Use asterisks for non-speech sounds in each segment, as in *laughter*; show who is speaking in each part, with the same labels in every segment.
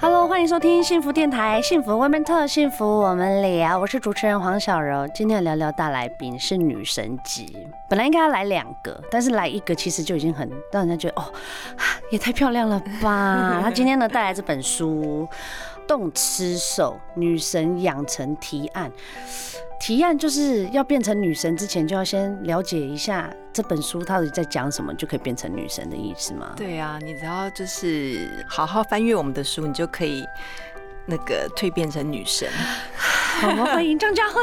Speaker 1: Hello，欢迎收听幸福电台，幸福 Women Talk，幸福我们聊。我是主持人黄小柔，今天要聊聊大来宾是女神级，本来应该要来两个，但是来一个其实就已经很让人家觉得哦，也太漂亮了 *laughs* 吧！她今天呢带来这本书《动吃手：女神养成提案》，提案就是要变成女神之前，就要先了解一下这本书到底在讲什么，就可以变成女神的意思吗？
Speaker 2: 对啊，你只要就是好好翻阅我们的书，你就可以那个蜕变成女神。
Speaker 1: *laughs* 好，我们欢迎张佳慧。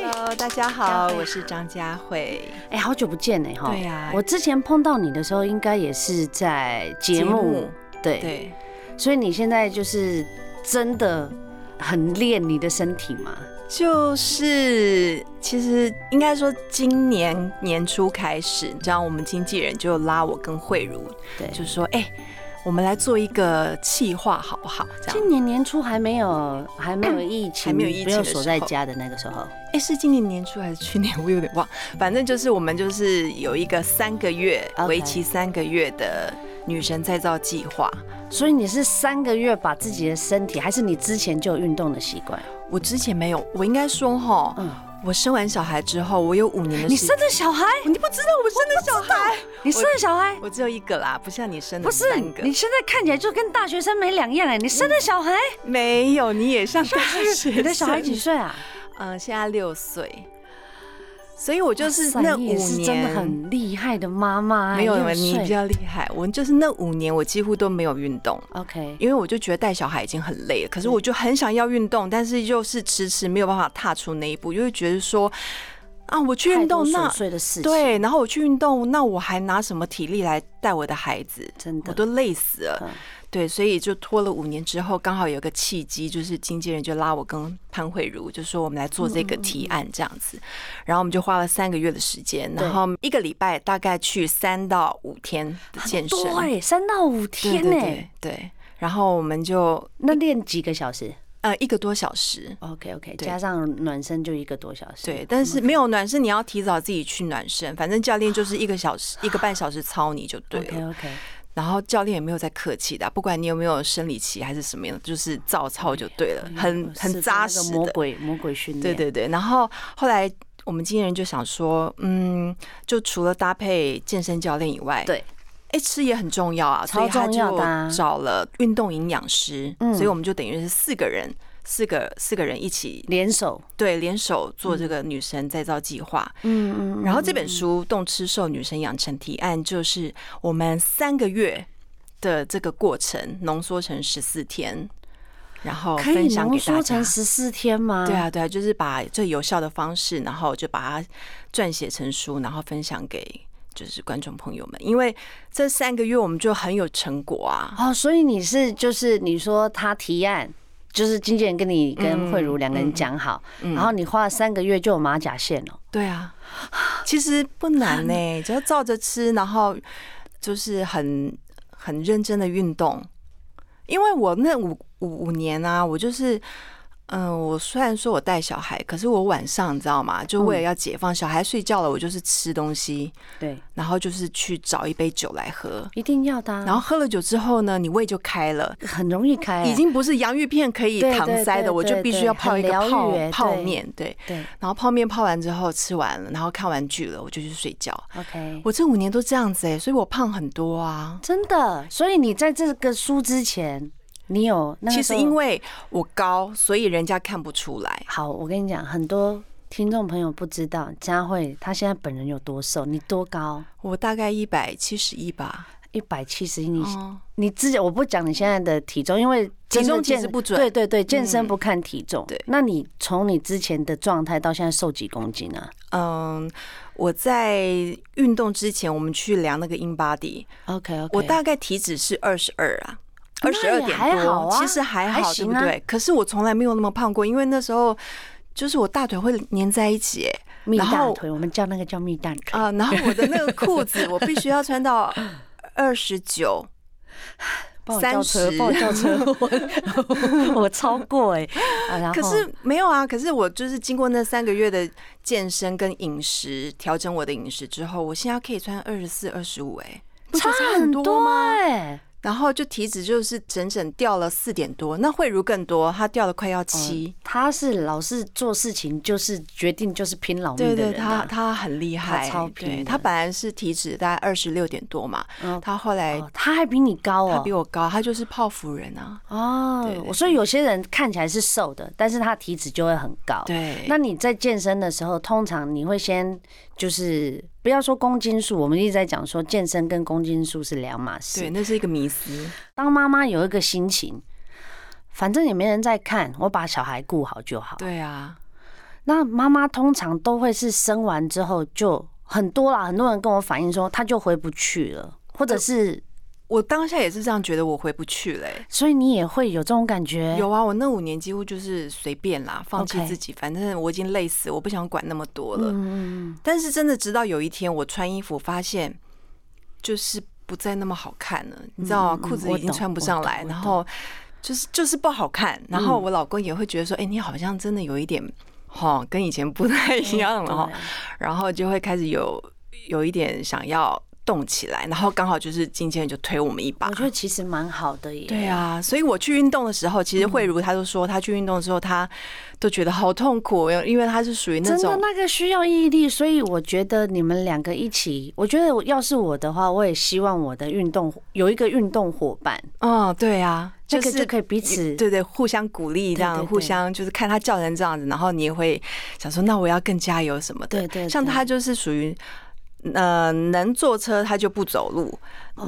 Speaker 2: Hello，大家好，我是张佳慧。
Speaker 1: 哎、好久不见呢，哈。
Speaker 2: 对呀
Speaker 1: 我之前碰到你的时候，应该也是在节目，
Speaker 2: 节目
Speaker 1: 对，
Speaker 2: 对，
Speaker 1: 所以你现在就是真的很练你的身体嘛？
Speaker 2: 就是其实应该说今年年初开始，你知道我们经纪人就拉我跟慧茹，
Speaker 1: 对，
Speaker 2: 就说哎、我们来做一个企划好不好？这样
Speaker 1: 今年年初还没有还
Speaker 2: *coughs*
Speaker 1: 没有疫情，
Speaker 2: 啊还没有疫情
Speaker 1: 不
Speaker 2: 的
Speaker 1: 用
Speaker 2: 时
Speaker 1: 锁
Speaker 2: 候
Speaker 1: 在家的那个时候，
Speaker 2: 哎、是今年年初还是去年？ *laughs* 我有点忘。反正就是我们就是有一个三个月
Speaker 1: OK
Speaker 2: 为期三个月的女神再造计划。
Speaker 1: 所以你是三个月把自己的身体，还是你之前就有运动的习惯？
Speaker 2: 我之前没有，我应该说哈，
Speaker 1: 嗯
Speaker 2: 我生完小孩之后，我有五年的
Speaker 1: 你
Speaker 2: 时
Speaker 1: 生
Speaker 2: 间，
Speaker 1: 的小孩，
Speaker 2: 你不知道我生的小孩，
Speaker 1: 你生的小孩
Speaker 2: 我只有一个啦，不像你生
Speaker 1: 不
Speaker 2: 的
Speaker 1: 是
Speaker 2: 三个
Speaker 1: 你，现在看起来就跟大学生没两样哎，你生的小孩，
Speaker 2: 没有，你也 *laughs* 像大学，
Speaker 1: 你的小孩几？岁啊？
Speaker 2: 嗯，现在六岁，所以我就是
Speaker 1: 哇塞
Speaker 2: 那
Speaker 1: 你
Speaker 2: 五
Speaker 1: 也是
Speaker 2: 年
Speaker 1: 真的很厉害的妈妈哎，
Speaker 2: 没有
Speaker 1: 六
Speaker 2: 你
Speaker 1: 岁
Speaker 2: 比较厉害，我就是那五年我几乎都没有运动。
Speaker 1: OK，
Speaker 2: 因为我就觉得带小孩已经很累了，可
Speaker 1: 嗯
Speaker 2: 是我就很想要运动，但是就是迟迟没有办法踏出那一步，就会觉得说啊，我去运动那
Speaker 1: 碎的事情，，
Speaker 2: 对，然后我去运动，那我还拿什么体力来带我的孩子？
Speaker 1: 真的
Speaker 2: 我都累死了。
Speaker 1: 嗯
Speaker 2: 对，所以就拖了五年之后，刚好有个契机，就是经纪人就拉我跟潘慧茹，就说我们来做这个
Speaker 1: 嗯
Speaker 2: 提案这样子。然后我们就花了三个月的时间，
Speaker 1: 对
Speaker 2: 然后一个礼拜大概去三到五天的健身。
Speaker 1: 多哎，三到五
Speaker 2: 对
Speaker 1: 天
Speaker 2: 对
Speaker 1: 呢
Speaker 2: 对，对。然后我们就
Speaker 1: 那练几个小时
Speaker 2: 呃一个多小时。
Speaker 1: ？OK OK，
Speaker 2: 对
Speaker 1: 加上暖身就一个多小时，
Speaker 2: 对，但是没有暖身，你要提早自己去暖身。反正教练就是一个小时、一个半小时操你就对了
Speaker 1: ，OK。OK，
Speaker 2: 然后教练也没有在客气的啊、不管你有没有生理期还是什么样的，就是照操就对
Speaker 1: 嗯
Speaker 2: 了，
Speaker 1: 哦
Speaker 2: 很很扎实
Speaker 1: 魔
Speaker 2: 的。
Speaker 1: 鬼魔鬼训练，
Speaker 2: 对对对，然后后来我们经纪人就想说，嗯，就除了搭配健身教练以外，
Speaker 1: 对，
Speaker 2: 哎，吃也很重要啊，所以
Speaker 1: 超
Speaker 2: 他
Speaker 1: 重要
Speaker 2: 就
Speaker 1: 的啊
Speaker 2: 找了运动营养师，
Speaker 1: 嗯
Speaker 2: 所以我们就等于是四个人，四个四个人一起
Speaker 1: 联手，
Speaker 2: 对联手做这个女神再造计划。
Speaker 1: 嗯
Speaker 2: 然后这本书《动吃瘦女神养成提案》就是我们三个月的这个过程浓缩成十四天，然后
Speaker 1: 可以
Speaker 2: 哦分享
Speaker 1: 浓
Speaker 2: 给大
Speaker 1: 缩
Speaker 2: 家
Speaker 1: 成。十四天吗？
Speaker 2: 对，啊，对啊，就是把最有效的方式，然后就把它撰写成书，然后分享给就是观众朋友们。因为这三个月我们就很有成果啊，
Speaker 1: 哦，所以你是就是你说他提案。就是经纪人跟你
Speaker 2: 嗯
Speaker 1: 跟慧茹两个人讲好，然后你花了三个月就有马甲线了、
Speaker 2: 对啊，其实不难呢、只要照着吃，然后就是很很认真的运动。因为我那五五五年啊，我就是，嗯、我虽然说我带小孩，可是我晚上你知道吗？就为了要解放小孩睡觉了，我就是吃东西，
Speaker 1: 对，
Speaker 2: 然后就是去找一杯酒来喝。
Speaker 1: 一定要的啊、
Speaker 2: 然后喝了酒之后呢，你胃就开了，
Speaker 1: 很容易开、
Speaker 2: 已经不是洋芋片可以
Speaker 1: 哎对对
Speaker 2: 搪塞
Speaker 1: 对
Speaker 2: 的，我就
Speaker 1: 对
Speaker 2: 必须
Speaker 1: 对
Speaker 2: 要泡
Speaker 1: 很
Speaker 2: 一个
Speaker 1: 疗愈
Speaker 2: 泡
Speaker 1: 欸
Speaker 2: 泡
Speaker 1: 对
Speaker 2: 面，对。
Speaker 1: 对
Speaker 2: 然后泡面泡完之后吃完了，然后看完剧了，我就去睡觉。
Speaker 1: ，OK。
Speaker 2: 我这五年都这样子哎、所以我胖很多啊。
Speaker 1: 真的，所以你在这个书之前，你有那个
Speaker 2: 其
Speaker 1: 时
Speaker 2: 实
Speaker 1: 候
Speaker 2: 因为我高，所以人家看不出来。
Speaker 1: 好，我跟你讲，很多听众朋友不知道佳慧她现在本人有多瘦，你多高？
Speaker 2: 我大概一百七十一吧。
Speaker 1: 一百七十一，你
Speaker 2: 哦，
Speaker 1: 你自己我不讲你现在的体重，因为真的
Speaker 2: 体重其
Speaker 1: 健
Speaker 2: 实不准嗯
Speaker 1: 对对对，健身不看体重。
Speaker 2: 对
Speaker 1: 那你从你之前的状态到现在瘦几公斤啊？
Speaker 2: 嗯，我在运动之前，我们去量那个 in body，
Speaker 1: OK OK，
Speaker 2: 我大概体脂是二十二啊。
Speaker 1: 那
Speaker 2: 二
Speaker 1: 也
Speaker 2: 十二点
Speaker 1: 还好
Speaker 2: 多，
Speaker 1: 啊
Speaker 2: 其实还
Speaker 1: 还
Speaker 2: 好，对
Speaker 1: 行
Speaker 2: 不
Speaker 1: 啊
Speaker 2: 对？可是我从来没有那么胖过，因为那时候就是我大腿会粘在一起、哎
Speaker 1: 蜜
Speaker 2: 然
Speaker 1: 大
Speaker 2: 后 *laughs*
Speaker 1: 腿，我们叫那个叫蜜大腿。
Speaker 2: 啊、然后我的那个裤子，我必须要穿到二十九
Speaker 1: 帮我叫车，
Speaker 2: 30
Speaker 1: 帮我叫
Speaker 2: *laughs*
Speaker 1: 车，我 *laughs* 我超过哎、啊 *laughs* 然后
Speaker 2: 可是没有啊，可是我就是经过那三个月的健身跟饮食调整我的饮食之后，我现在可以穿二十四、二十五，哎，不觉
Speaker 1: 差
Speaker 2: 得
Speaker 1: 很
Speaker 2: 多吗？
Speaker 1: 哎、
Speaker 2: 然后就体脂就是整整掉了四点多，那慧茹更多，她掉了快要七、
Speaker 1: 他是老是做事情，就是决定就是拼老
Speaker 2: 对
Speaker 1: 命的
Speaker 2: 对，
Speaker 1: 人、
Speaker 2: 她
Speaker 1: 啊。
Speaker 2: 她很厉害，
Speaker 1: 她超拼
Speaker 2: 对
Speaker 1: 的
Speaker 2: 她本来是体脂大概二十六点多嘛，
Speaker 1: 嗯
Speaker 2: 她后来
Speaker 1: 哦他还比你高
Speaker 2: 她
Speaker 1: 哦
Speaker 2: 比。我高，她就是泡芙人啊，
Speaker 1: 哦
Speaker 2: 对，对
Speaker 1: 我说有些人看起来是瘦的，但是他体脂就会很高。
Speaker 2: 对，
Speaker 1: 那你在健身的时候，通常你会先就是不要说公斤数，我们一直在讲说健身跟公斤数是两码
Speaker 2: 对，
Speaker 1: 事。
Speaker 2: 那是一个迷思，
Speaker 1: 当妈妈有一个心情，反正也没人在看，我把小孩顾好就好。
Speaker 2: 对啊，
Speaker 1: 那妈妈通常都会是生完之后就很多啦，很多人跟我反映说，她就回不去了，或者是，
Speaker 2: 我当下也是这样觉得，我回不去了、欸
Speaker 1: 所以你也会有这种感觉。
Speaker 2: 有啊，我那五年几乎就是随便啦，放弃
Speaker 1: OK
Speaker 2: 自己反正我已经累死，我不想管那么多了。
Speaker 1: 嗯，嗯
Speaker 2: 但是真的，直到有一天我穿衣服发现，就是不再那么好看了，你知道吗？
Speaker 1: 嗯嗯
Speaker 2: 裤子
Speaker 1: 我
Speaker 2: 已经
Speaker 1: 懂
Speaker 2: 穿不
Speaker 1: 我
Speaker 2: 上
Speaker 1: 懂
Speaker 2: 来，
Speaker 1: 我
Speaker 2: 然
Speaker 1: 懂嗯
Speaker 2: 后就是就是不好看。然后我老公也会觉得说：“哎、你好像真的有一点，哈，跟以前不太
Speaker 1: 嗯
Speaker 2: 一样了。”哈，然后就会开始有有一点想要动起来，然后刚好就是经纪人就推我们一把。
Speaker 1: 我觉得其实蛮好的耶。
Speaker 2: 对啊，所以我去运动的时候，其实
Speaker 1: 嗯
Speaker 2: 慧茹她就说，她去运动的时候，她都觉得好痛苦，因为她是属于那
Speaker 1: 真的
Speaker 2: 种
Speaker 1: 那个需要毅力，所以我觉得你们两个一起，我觉得要是我的话，我也希望我的运动有一个运动伙伴，
Speaker 2: 嗯，对啊，
Speaker 1: 这
Speaker 2: 就
Speaker 1: 个
Speaker 2: 是
Speaker 1: 就可以彼此
Speaker 2: 对对，互相鼓励这样，
Speaker 1: 对对对
Speaker 2: 互相就是看她叫成这样子，然后你也会想说，那我要更加油什么的。
Speaker 1: 对对
Speaker 2: 像
Speaker 1: 对
Speaker 2: 她就是属于。呃，能坐车她就不走路，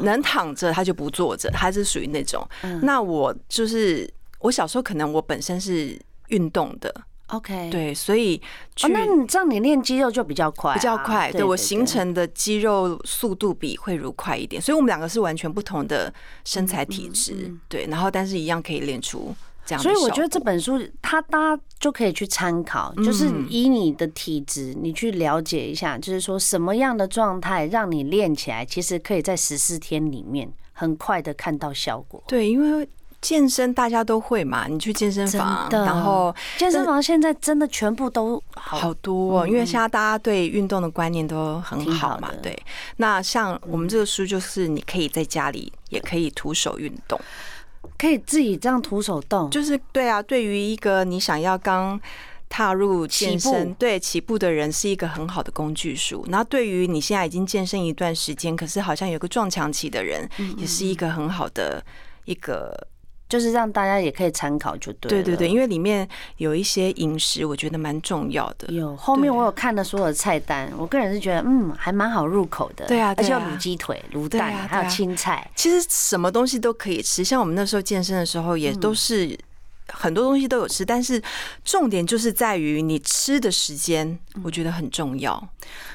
Speaker 2: 能躺着她就不坐着，她是属于那种。
Speaker 1: 哦嗯
Speaker 2: 那我就是我小时候可能我本身是运动的，
Speaker 1: OK。
Speaker 2: 对，所以
Speaker 1: 哦
Speaker 2: 去，
Speaker 1: 那你这样你练肌肉就比较快啊、
Speaker 2: 比较快，对我形成的肌肉速度比慧茹快一点，所以我们两个是完全不同的身材体质，对，然后但是一样可以练出这样
Speaker 1: 嗯
Speaker 2: 的
Speaker 1: 所
Speaker 2: 效果。
Speaker 1: 以我觉得这本书，它大家就可以去参考，
Speaker 2: 嗯
Speaker 1: 就是以你的体质，你去了解一下，就是说什么样的状态让你练起来，其实可以在十四天里面很快的看到效果。
Speaker 2: 对，因为健身大家都会嘛，你去健身房，
Speaker 1: 真的
Speaker 2: 然后
Speaker 1: 健身房现在真的全部都好，嗯
Speaker 2: 好多、哦，因为现在大家对运动的观念都很
Speaker 1: 挺好
Speaker 2: 好嘛
Speaker 1: 的，嗯
Speaker 2: 对。那像我们这个书，就是你可以在家里也可以徒手运动。
Speaker 1: 可以自己这样徒手动，
Speaker 2: 就是对啊，对于一个你想要刚踏入健
Speaker 1: 起
Speaker 2: 身
Speaker 1: 步
Speaker 2: 对起步的人，是一个很好的工具书。然后对于你现在已经健身一段时间，可是好像有个撞墙期的人，
Speaker 1: 嗯
Speaker 2: 也是一个很好的一个
Speaker 1: 就是让大家也可以参考，就对。
Speaker 2: 对对对，。因为里面有一些饮食，我觉得蛮重要的。
Speaker 1: 有后面我有看了所有的菜单，我个人是觉得嗯还蛮好入口的，
Speaker 2: 对啊
Speaker 1: 而且有
Speaker 2: 对啊
Speaker 1: 卤鸡腿、卤
Speaker 2: 对啊
Speaker 1: 蛋，
Speaker 2: 对啊
Speaker 1: 还有青菜，
Speaker 2: 其实什么东西都可以吃，像我们那时候健身的时候，也
Speaker 1: 嗯
Speaker 2: 都是。很多东西都有吃，但是重点就是在于你吃的时间，
Speaker 1: 嗯
Speaker 2: 我觉得很重要。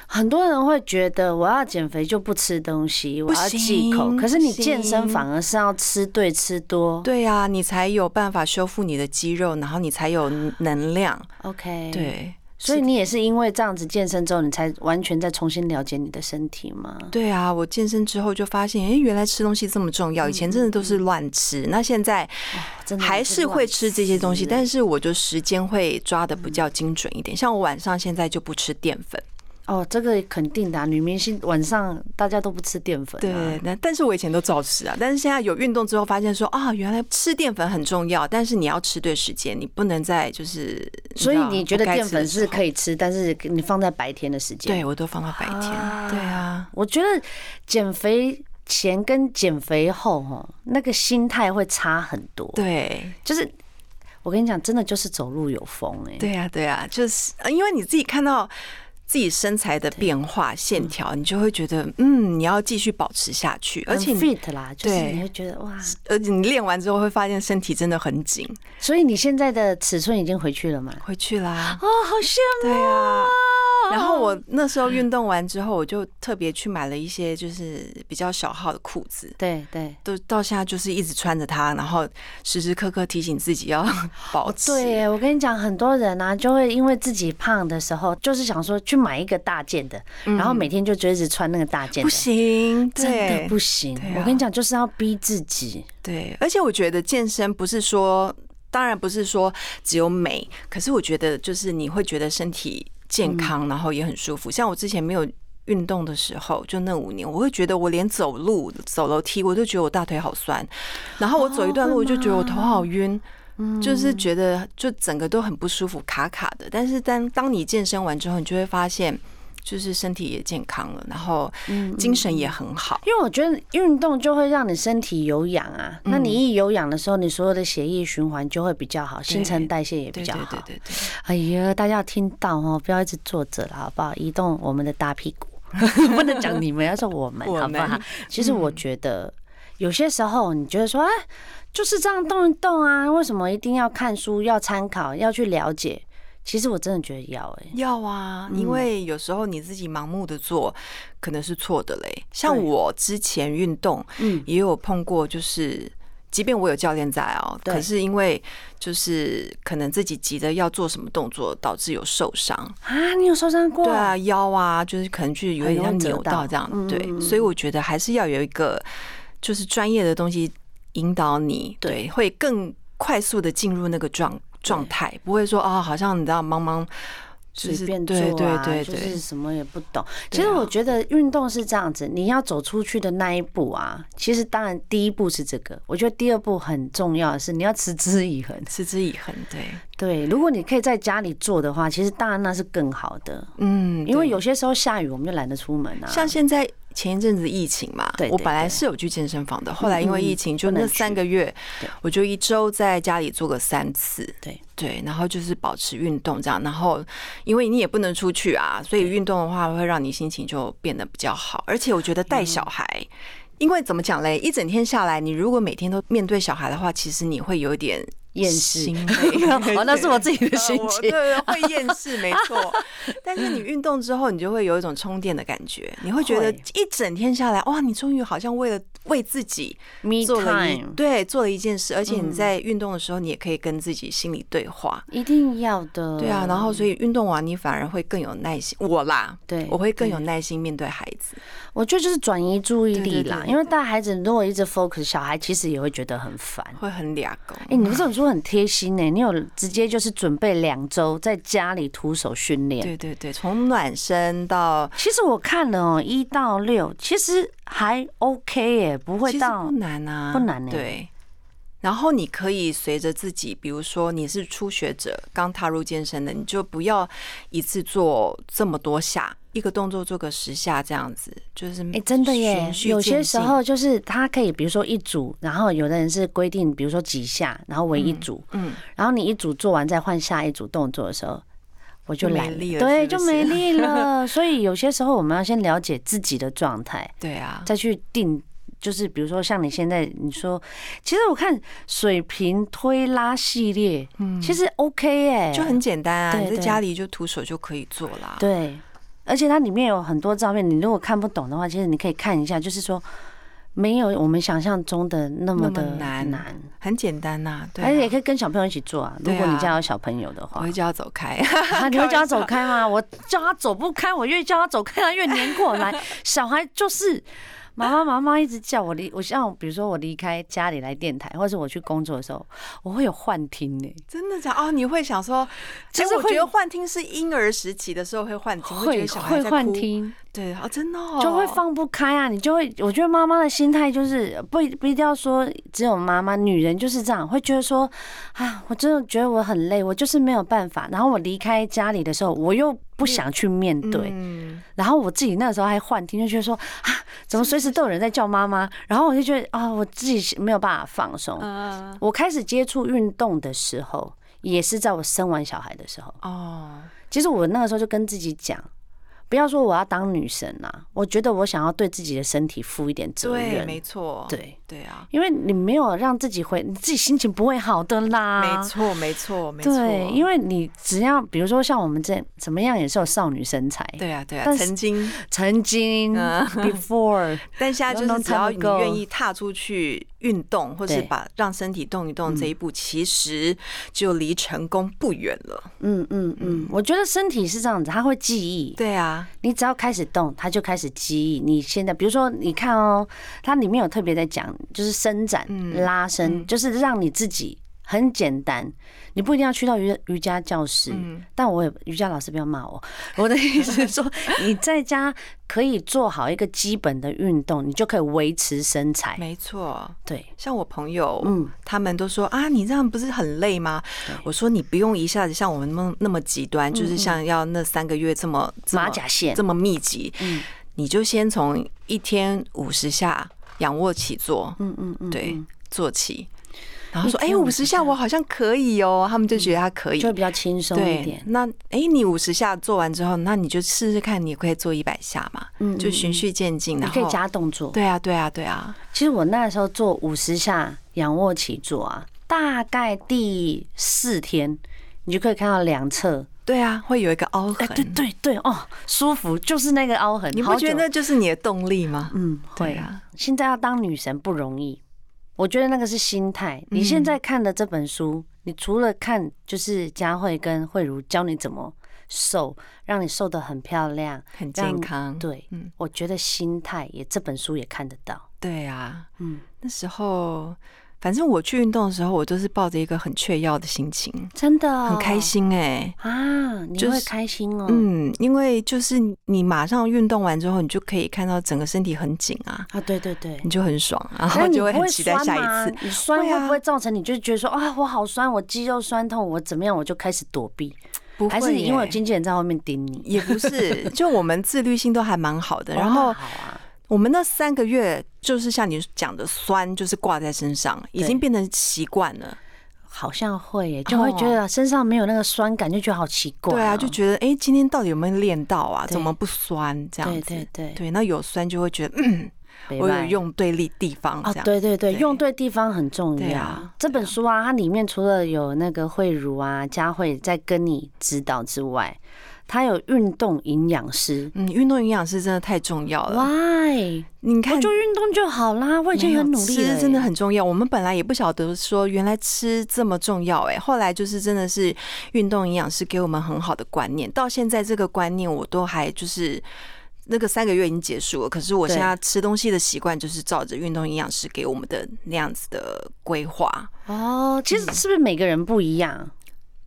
Speaker 1: 很多人会觉得我要减肥就不吃东西，我要忌口。
Speaker 2: 行
Speaker 1: 可是你
Speaker 2: 不行
Speaker 1: 健身反而是要吃对吃多。
Speaker 2: 对呀、你才有办法修复你的肌肉，然后你才有能量。
Speaker 1: ，OK，，
Speaker 2: 对，
Speaker 1: 所以你也是因为这样子健身之后，你才完全再重新了解你的身体吗？
Speaker 2: 对啊，我健身之后就发现，哎、原来吃东西这么重要。以前真的都是乱吃，那现在
Speaker 1: 嗯真的
Speaker 2: 还是会吃这些东西，
Speaker 1: 乱嗯
Speaker 2: 但是我就时间会抓的比较精准一点。像我晚上现在就不吃淀粉，
Speaker 1: 哦，这个肯定的啊、女明星晚上大家都不吃淀粉、
Speaker 2: 对
Speaker 1: 啊，，
Speaker 2: 那但是我以前都照吃啊，但是现在有运动之后，发现说啊，原来吃淀粉很重要，但是你要吃对时间，你不能再就是。
Speaker 1: 所以
Speaker 2: 知道
Speaker 1: 你觉得
Speaker 2: 不该
Speaker 1: 淀
Speaker 2: 吃的
Speaker 1: 粉是
Speaker 2: 时候
Speaker 1: 可以吃，但是你放在白天的时间。
Speaker 2: 对我都放到白天，
Speaker 1: 啊
Speaker 2: 对啊。
Speaker 1: 我觉得减肥前跟减肥后，哦，那个心态会差很多。
Speaker 2: 对
Speaker 1: 就是我跟你讲，真的就是走路有风哎、
Speaker 2: 对呀、对呀、就是呃因为你自己看到自己身材的变化线条，你就会觉得，嗯，你要继续保持下去，而
Speaker 1: 很
Speaker 2: 且你
Speaker 1: fit 啦，就是
Speaker 2: 对
Speaker 1: 你会觉得哇，
Speaker 2: 而且你练完之后会发现身体真的很紧，
Speaker 1: 所以你现在的尺寸已经回去了嘛？
Speaker 2: 回去啦。
Speaker 1: 哦，好羡
Speaker 2: 对呀、然后我那时候运动完之后，我就特别去买了一些就是比较小号的裤子，
Speaker 1: 对对
Speaker 2: 都到现在就是一直穿着它，然后时时刻刻提醒自己要 *laughs* 保持。
Speaker 1: 对耶，我跟你讲，很多人啊，就会因为自己胖的时候，就是想说去买一个大件的，然后每天就追着穿那个大件
Speaker 2: 嗯不
Speaker 1: 的，
Speaker 2: 行，
Speaker 1: 真的
Speaker 2: 对
Speaker 1: 不行
Speaker 2: 对。啊
Speaker 1: 我跟你讲，就是要逼自己。
Speaker 2: 对，而且我觉得健身不是说，当然不是说只有美，可是我觉得就是你会觉得身体
Speaker 1: 嗯
Speaker 2: 健康，然后也很舒服。像我之前没有。运动的时候，就那五年，我会觉得我连走路、走楼梯，我都觉得我大腿好酸，然后我走一段路，我就觉得我头好晕，
Speaker 1: 哦
Speaker 2: 就是觉得就整个都很不舒服，卡卡的。但是当当你健身完之后，你就会发现，就是身体也健康了，然后
Speaker 1: 嗯
Speaker 2: 精神也很好。
Speaker 1: 因为我觉得运动就会让你身体有氧啊，那
Speaker 2: 嗯
Speaker 1: 你一有氧的时候，你所有的血液循环就会比较好，新陈代谢也比
Speaker 2: 对
Speaker 1: 较
Speaker 2: 对
Speaker 1: 好
Speaker 2: 对。对对。
Speaker 1: 哎呀，大家要听到哦，不要一直坐着了，好不好？移动我们的大屁 *laughs* 股，不能讲你们，要说 *laughs* 我们，嗯
Speaker 2: 我
Speaker 1: 好不
Speaker 2: 们
Speaker 1: 好？其实我觉得有些时候，你觉得说，哎，就是这样动一动啊，为什么一定要看书、要参考、要去了解？其实我真的觉得要哎、
Speaker 2: 要啊，因为有时候你自己盲目的做，可能是错的嘞。像
Speaker 1: 对
Speaker 2: 我之前运动
Speaker 1: 嗯，
Speaker 2: 也有碰过，就是即便我有教练在哦，
Speaker 1: 对
Speaker 2: 可是因为就是可能自己急着要做什么动作，导致有受伤。
Speaker 1: 啊，你有受伤过？
Speaker 2: 对啊，腰啊，就是可能就是有
Speaker 1: 很
Speaker 2: 点像
Speaker 1: 容易折
Speaker 2: 扭到
Speaker 1: 到
Speaker 2: 这样。
Speaker 1: 嗯
Speaker 2: 对，
Speaker 1: 嗯嗯
Speaker 2: 所以我觉得还是要有一个就是专业的东西引导你，对，会更快速的进入那个状状态，不会说啊、好像你知道茫茫。就
Speaker 1: 随
Speaker 2: 是
Speaker 1: 便做
Speaker 2: 对对
Speaker 1: 啊，
Speaker 2: 对
Speaker 1: 就
Speaker 2: 对，
Speaker 1: 是什么也不懂。
Speaker 2: 对
Speaker 1: 其实
Speaker 2: 啊
Speaker 1: 我觉得运动是这样子，你要走出去的那一步啊，其实当然第一步是这个，我觉得第二步很重要的是你要持之以恒。
Speaker 2: 持之以恒，对，
Speaker 1: 对，如果你可以在家里做的话，其实当然那是更好的，
Speaker 2: 嗯
Speaker 1: 因为有些时候下雨我们就懒得出门啊。
Speaker 2: 像现在前一阵子疫情嘛，
Speaker 1: 对对嗯
Speaker 2: 我本来是有去健身房的，后来因为疫情，就
Speaker 1: 不能
Speaker 2: 那三个月，我就一周在家里做个三次，
Speaker 1: 对
Speaker 2: 对，然后就是保持运动这样，然后因为你也不能出去啊，所以运动的话会让你心情就变得比较好，而且我觉得带小
Speaker 1: 嗯
Speaker 2: 孩。因为怎么讲嘞？一整天下来，你如果每天都面对小孩的话，其实你会有一点
Speaker 1: 厌世 *laughs*
Speaker 2: 心 *laughs* 累
Speaker 1: 哦那是我自己的
Speaker 2: 呃
Speaker 1: 心
Speaker 2: 我
Speaker 1: 情
Speaker 2: 对对，会
Speaker 1: *laughs*
Speaker 2: 厌世，没错。但是你运动之后，你就会有一种充电的感觉，你会觉得
Speaker 1: 会
Speaker 2: 一整天下来，哇，你终于好像为了为自己
Speaker 1: me
Speaker 2: 做了一
Speaker 1: time 嗯
Speaker 2: 对做了一件事，而且你在运动的时候，你也可以跟自己心里对话。
Speaker 1: 一定要的。
Speaker 2: 对啊，然后所以运动完你反而会更有耐心，我啦，
Speaker 1: 对
Speaker 2: 我会更有耐心面对孩子。
Speaker 1: 我觉得就是转移注意力
Speaker 2: 对对
Speaker 1: 啦，
Speaker 2: 对
Speaker 1: 因为带孩子如果一直 focus，小孩其实也会觉得很烦。
Speaker 2: 会很俩狗。
Speaker 1: 哎、你这种说很贴心呢、你有直接就是准备两周在家里徒手训练。
Speaker 2: 对对对，从暖身到
Speaker 1: 其实我看了哦、一到六其实还 OK 耶、不会
Speaker 2: 其实
Speaker 1: 到
Speaker 2: 不难啊，
Speaker 1: 不难欸
Speaker 2: 对。然后你可以随着自己，比如说你是初学者，刚踏入健身的，你就不要一次做这么多下，一个动作做个十下这样子，就是
Speaker 1: 哎、真的耶
Speaker 2: 嗯循！序
Speaker 1: 有些
Speaker 2: 渐
Speaker 1: 时
Speaker 2: 进
Speaker 1: 候就是他可以，比如说一组，然后有的人是规定，比如说几下，然后为一组，
Speaker 2: 嗯，
Speaker 1: 然后你一组做完再换下一组动作的时候，我就
Speaker 2: 就没
Speaker 1: 懒
Speaker 2: 力了
Speaker 1: 对，
Speaker 2: 是不
Speaker 1: 就没
Speaker 2: 是
Speaker 1: 力
Speaker 2: *laughs*
Speaker 1: 了。所以有些时候我们要先了解自己的状态，
Speaker 2: 对啊，
Speaker 1: 再去定。就是比如说像你现在你说，其实我看水平推拉系列，嗯，其实 OK 哎、
Speaker 2: 就很简单啊，
Speaker 1: 对
Speaker 2: 你在
Speaker 1: 对
Speaker 2: 家里就徒手就可以做啦。
Speaker 1: 对，而且它里面有很多照片，你如果看不懂的话，其实你可以看一下，就是说没有我们想象中的那么
Speaker 2: 那
Speaker 1: 的
Speaker 2: 么难
Speaker 1: 难，
Speaker 2: 很简单呐、对啊、
Speaker 1: 而且也可以跟小朋友一起做啊。如
Speaker 2: 对
Speaker 1: 果你
Speaker 2: 啊
Speaker 1: 家有小朋友的
Speaker 2: 我
Speaker 1: 话
Speaker 2: 会，叫他走开，
Speaker 1: 啊你会 *laughs* 叫他走开吗？我叫他走不开，我越叫他走开，他啊越黏过来。
Speaker 2: *laughs*
Speaker 1: 小孩就是。妈妈，妈妈一直叫我离我像比如说我离开家里来电台，或者我去工作的时候，我会有幻听欸呢、
Speaker 2: 真的假的？哦，你会想说，
Speaker 1: 就
Speaker 2: 其
Speaker 1: 是
Speaker 2: 实我
Speaker 1: 会
Speaker 2: 觉得幻听是婴儿时期的时候会幻听，会觉
Speaker 1: 会
Speaker 2: 得小孩
Speaker 1: 会
Speaker 2: 在
Speaker 1: 幻
Speaker 2: 哭，
Speaker 1: 听，
Speaker 2: 对啊，哦真的、哦、
Speaker 1: 就会放不开啊，你就会，我觉得妈妈的心态就是不一不一定要说只有妈妈，女人就是这样，会觉得说啊，我真的觉得我很累，我就是没有办法。然后我离开家里的时候，我又不想去面对，
Speaker 2: 嗯
Speaker 1: 然后我自己那时候还幻听，就觉得说啊，怎么随时都有人在叫妈妈，然后我就觉得啊，我自己没有办法放松。
Speaker 2: 嗯
Speaker 1: 我开始接触运动的时候，也是在我生完小孩的时候。
Speaker 2: 哦，
Speaker 1: 其实我那个时候就跟自己讲，不要说我要当女神啦、我觉得我想要对自己的身体负一点责
Speaker 2: 对，
Speaker 1: 任。
Speaker 2: 没错，
Speaker 1: 对
Speaker 2: 对啊，
Speaker 1: 因为你没有让自己回，你自己心情不会好的啦。
Speaker 2: 没错，没错，没错，
Speaker 1: 啊对，因
Speaker 2: 为
Speaker 1: 为你只要比如说像我们这怎么样也是有少女身材，
Speaker 2: 对啊，对啊，
Speaker 1: 但是
Speaker 2: 曾经，
Speaker 1: *laughs* 曾经
Speaker 2: 嗯 *laughs*
Speaker 1: before，
Speaker 2: 但现在就
Speaker 1: Long time
Speaker 2: 是只要你
Speaker 1: ago
Speaker 2: 愿意踏出去运动，或是
Speaker 1: 对嗯
Speaker 2: 把让身体动一动这一步，其实就离成功不远了。
Speaker 1: 嗯嗯嗯，我觉得身体是这样子，它会记忆，
Speaker 2: 对啊，
Speaker 1: 你只要开始动，它就开始记忆。你现在比如说，你看哦，它里面有特别在讲，就是伸展、
Speaker 2: 嗯
Speaker 1: 拉伸，就是让你自己很简单，你不一定要去到瑜瑜伽教室，
Speaker 2: 嗯，
Speaker 1: 但我也瑜伽老师不要骂我，我的意思是说，你在家可以做好一个基本的运动，你就可以维持身材。
Speaker 2: 没错。
Speaker 1: 对，
Speaker 2: 像我朋友，
Speaker 1: 嗯，
Speaker 2: 他们都说啊，你这样不是很累吗
Speaker 1: 对？嗯
Speaker 2: 我说你不用一下子像我们那么那么极端，就是像要那三个月这么这么
Speaker 1: 马甲线
Speaker 2: 这，么密集，
Speaker 1: 嗯
Speaker 2: 你就先从一天五十下仰卧起坐，
Speaker 1: 嗯嗯嗯，
Speaker 2: 对
Speaker 1: 嗯，，
Speaker 2: 做起。然后说，
Speaker 1: 一
Speaker 2: 哎，
Speaker 1: 天
Speaker 2: 五十下我好像可以哦，他们就觉得他可以。
Speaker 1: 就会比较轻松一
Speaker 2: 对
Speaker 1: 点，。
Speaker 2: 那哎，你五十下做完之后，那你就试试看，你可以做一百下嘛，
Speaker 1: 嗯
Speaker 2: 就循序渐进，
Speaker 1: 你
Speaker 2: 然
Speaker 1: 可以
Speaker 2: 后
Speaker 1: 加动作。
Speaker 2: 对啊，对啊，对啊，
Speaker 1: 其实我那时候做五十下仰卧起坐啊，大概第四天，你就可以看到两侧，
Speaker 2: 对啊，会有一个凹
Speaker 1: 哎，
Speaker 2: 痕，
Speaker 1: 对对对，哦，舒服，就是那个凹痕。
Speaker 2: 你
Speaker 1: 好
Speaker 2: 不觉
Speaker 1: 久
Speaker 2: 得那就是你的动力吗？
Speaker 1: 嗯，
Speaker 2: 对
Speaker 1: 会啊。
Speaker 2: 啊，
Speaker 1: 现在要当女神不容易，我觉得那个是心态。你现在看的这本书，你除了看就是佳慧跟慧茹教你怎么瘦，让你瘦得很漂亮，
Speaker 2: 很
Speaker 1: 让
Speaker 2: 健康。
Speaker 1: 对，啊
Speaker 2: 嗯
Speaker 1: 我觉得心态也这本书也看得到。
Speaker 2: 对啊，
Speaker 1: 嗯，
Speaker 2: 那时候反正我去运动的时候，我都是抱着一个很雀跃的心情，
Speaker 1: 真的哦、
Speaker 2: 很开心哎、
Speaker 1: 啊！你
Speaker 2: 就
Speaker 1: 会
Speaker 2: 是
Speaker 1: 开心哦。
Speaker 2: 嗯，因为就是你马上运动完之后，你就可以看到整个身体很紧啊，
Speaker 1: 啊，对对对
Speaker 2: 你。就很爽，然
Speaker 1: 那
Speaker 2: 后
Speaker 1: 你
Speaker 2: 就
Speaker 1: 不
Speaker 2: 很
Speaker 1: 会
Speaker 2: 期待
Speaker 1: 酸
Speaker 2: 下
Speaker 1: 吗？
Speaker 2: 一次。
Speaker 1: 你酸
Speaker 2: 会
Speaker 1: 会
Speaker 2: 啊
Speaker 1: 不会造成你就觉得说啊，我好酸，我肌肉酸痛，我怎么样，我就开始躲避？
Speaker 2: 不
Speaker 1: 还是
Speaker 2: 会
Speaker 1: 你因为有
Speaker 2: 耶
Speaker 1: 经纪人在后面盯你？
Speaker 2: 也不是，就我们自律性都还蛮好的。
Speaker 1: 哦
Speaker 2: 然
Speaker 1: 那
Speaker 2: 后
Speaker 1: 好啊，
Speaker 2: 我们那三个月，就是像你讲的酸，就是挂在身上，已经
Speaker 1: 对
Speaker 2: 变成习惯了。
Speaker 1: 好像会耶，就会觉得身上没有那个酸感，就觉得好奇怪、
Speaker 2: 啊
Speaker 1: 哦
Speaker 2: 对啊，就觉得哎、诶今天到底有没有练到啊？
Speaker 1: 对
Speaker 2: 怎么不酸这样
Speaker 1: 对
Speaker 2: 子？
Speaker 1: 对对，
Speaker 2: 对，那有酸就会觉得，嗯，
Speaker 1: 北
Speaker 2: 我有
Speaker 1: 拜
Speaker 2: 用对力地方
Speaker 1: 啊
Speaker 2: 这，样。
Speaker 1: 对对对，
Speaker 2: 对
Speaker 1: 用对地方很重
Speaker 2: 对
Speaker 1: 要。
Speaker 2: 啊
Speaker 1: 这本书啊，它里面除了有那个慧茹啊、佳慧在跟你指导之外，它有运动营养师。
Speaker 2: 嗯，运动营养师真的太重要了。
Speaker 1: Why？
Speaker 2: 你
Speaker 1: 我
Speaker 2: 看，
Speaker 1: 就运动就好啦，我已
Speaker 2: 没
Speaker 1: 经
Speaker 2: 有
Speaker 1: 很努力了耶。
Speaker 2: 吃真的很重要。我们本来也不晓得说原来吃这么重要哎、后来就是真的是运动营养师给我们很好的观念，到现在这个观念我都还就是。那个三个月已经结束了，可是我
Speaker 1: 对
Speaker 2: 现在吃东西的习惯就是照着运动营养师给我们的那样子的规划。
Speaker 1: 哦。其实是不是每个人不一样？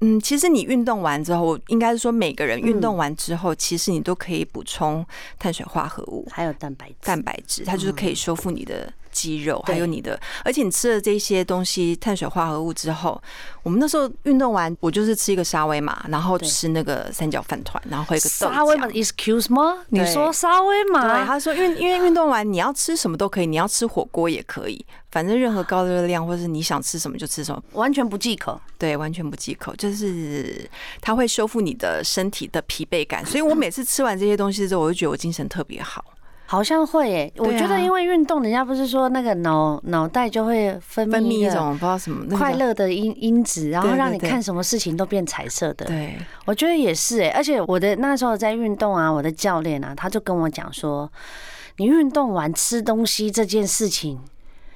Speaker 2: 嗯，其实你运动完之后，应该是说每个人运
Speaker 1: 嗯
Speaker 2: 动完之后，其实你都可以补充碳水化合物。
Speaker 1: 还有蛋白质，
Speaker 2: 蛋白质，它就是可以修复你的肌肉，
Speaker 1: 嗯对
Speaker 2: 还有你的，而且你吃了这些东西，碳水化合物之后，我们那时候运动完，我就是吃一个沙威玛，然后
Speaker 1: 对
Speaker 2: 吃那个三角饭团，然后喝一个豆
Speaker 1: 沙威玛
Speaker 2: 浆。
Speaker 1: ，excuse me，你
Speaker 2: 对
Speaker 1: 说沙威
Speaker 2: 对，
Speaker 1: 玛，
Speaker 2: 他说，因为因为运动完你要吃什么都可以，你要吃火锅也可以，反正任何高热量或是你想吃什么就吃什么，
Speaker 1: 完全不忌口。
Speaker 2: 对，完全不忌口，就是它会修复你的身体的疲惫感，所以我每次吃完这些东西之后，我就觉得我精神特别好。
Speaker 1: 好像会诶、我
Speaker 2: 对啊
Speaker 1: 觉得因为运动，人家不是说那个脑脑袋就会分
Speaker 2: 分
Speaker 1: 泌
Speaker 2: 泌
Speaker 1: 一
Speaker 2: 一
Speaker 1: 种
Speaker 2: 种不知道什么那个
Speaker 1: 快乐的因因子，然后
Speaker 2: 对对
Speaker 1: 让你
Speaker 2: 对
Speaker 1: 看什么事情都变彩色的。
Speaker 2: 对，
Speaker 1: 我觉得也是欸诶、而且我的那时候在运动啊，我的教练啊，他就跟我讲说，你运动完吃东西这件事情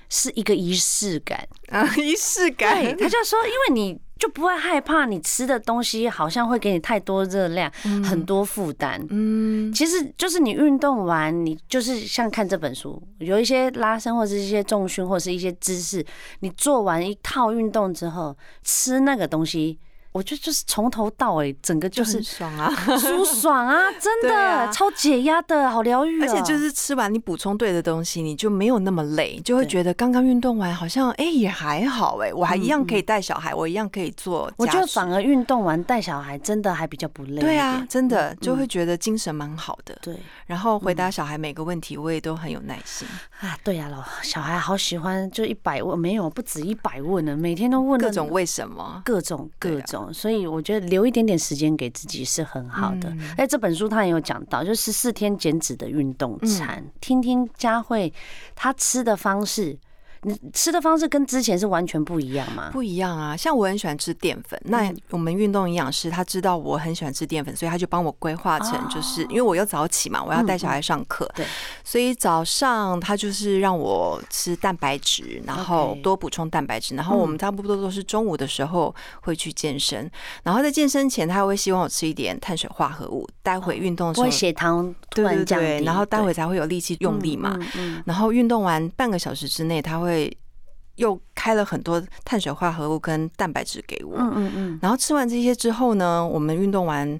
Speaker 1: 是一个仪式感，
Speaker 2: *laughs* 啊，仪式感。
Speaker 1: 对，
Speaker 2: *laughs*
Speaker 1: 他就说，因为你。就不会害怕你吃的东西好像会给你太多热量，很多负担。
Speaker 2: 嗯，
Speaker 1: 其实就是你运动完，你就是像看这本书，有一些拉伸或者是一些重训或者是一些姿势，你做完一套运动之后，吃那个东西，我觉得就是从头到尾整个就
Speaker 2: 就是是爽啊！
Speaker 1: 舒爽啊，真的、
Speaker 2: 对啊
Speaker 1: 超解压的，好疗愈、哦。
Speaker 2: *laughs* 而且就是吃完你补充对的东西，你就没有那么累，就会觉得刚刚运动完好像哎、也还好哎、我还一样可以带小孩，我一样可以做。
Speaker 1: 我觉得
Speaker 2: 反
Speaker 1: 反而运动完带小孩真的还比较不累一点。
Speaker 2: 对啊，真的
Speaker 1: 嗯
Speaker 2: 就会
Speaker 1: 嗯
Speaker 2: 觉得精神蛮好的。
Speaker 1: 对
Speaker 2: 然后回答小孩每个问题，我也都很有耐心，
Speaker 1: 啊，对呀、老小孩好喜欢，就一百问没有不止一百问呢，每天都问
Speaker 2: 各
Speaker 1: 了
Speaker 2: 种为什么。
Speaker 1: 各种
Speaker 2: 对
Speaker 1: 各
Speaker 2: 啊
Speaker 1: 种。种，所以我觉得留一点点时间给自己是很好的。
Speaker 2: 嗯
Speaker 1: 哎、这本书他也有讲到，就十四天减脂的运动餐，
Speaker 2: 嗯
Speaker 1: 听听佳慧她吃的方式，你吃的方式跟之前是完全不一样吗？
Speaker 2: 不一样啊，像我很喜欢吃淀粉，
Speaker 1: 嗯
Speaker 2: 那我们运动营养师他知道我很喜欢吃淀粉，所以他就帮我规划成，就是、因为我要早起嘛，我要带小孩上课，
Speaker 1: 啊嗯对，
Speaker 2: 所以早上他就是让我吃蛋白质，然后
Speaker 1: OK 嗯
Speaker 2: 多补充蛋白质，然后我们差不多都是中午的时候会去健身，然后在健身前他会希望我吃一点碳水化合物，待会运动的
Speaker 1: 不
Speaker 2: 时候
Speaker 1: 会血糖突
Speaker 2: 对
Speaker 1: 然
Speaker 2: 对
Speaker 1: 降低，
Speaker 2: 对，然后待
Speaker 1: 对
Speaker 2: 会才会有力气用力嘛，
Speaker 1: 嗯嗯
Speaker 2: 然后运动完半个小时之内，他会又开了很多碳水化合物跟蛋白质给我。
Speaker 1: 嗯嗯嗯，
Speaker 2: 然后吃完这些之后呢，我们运动完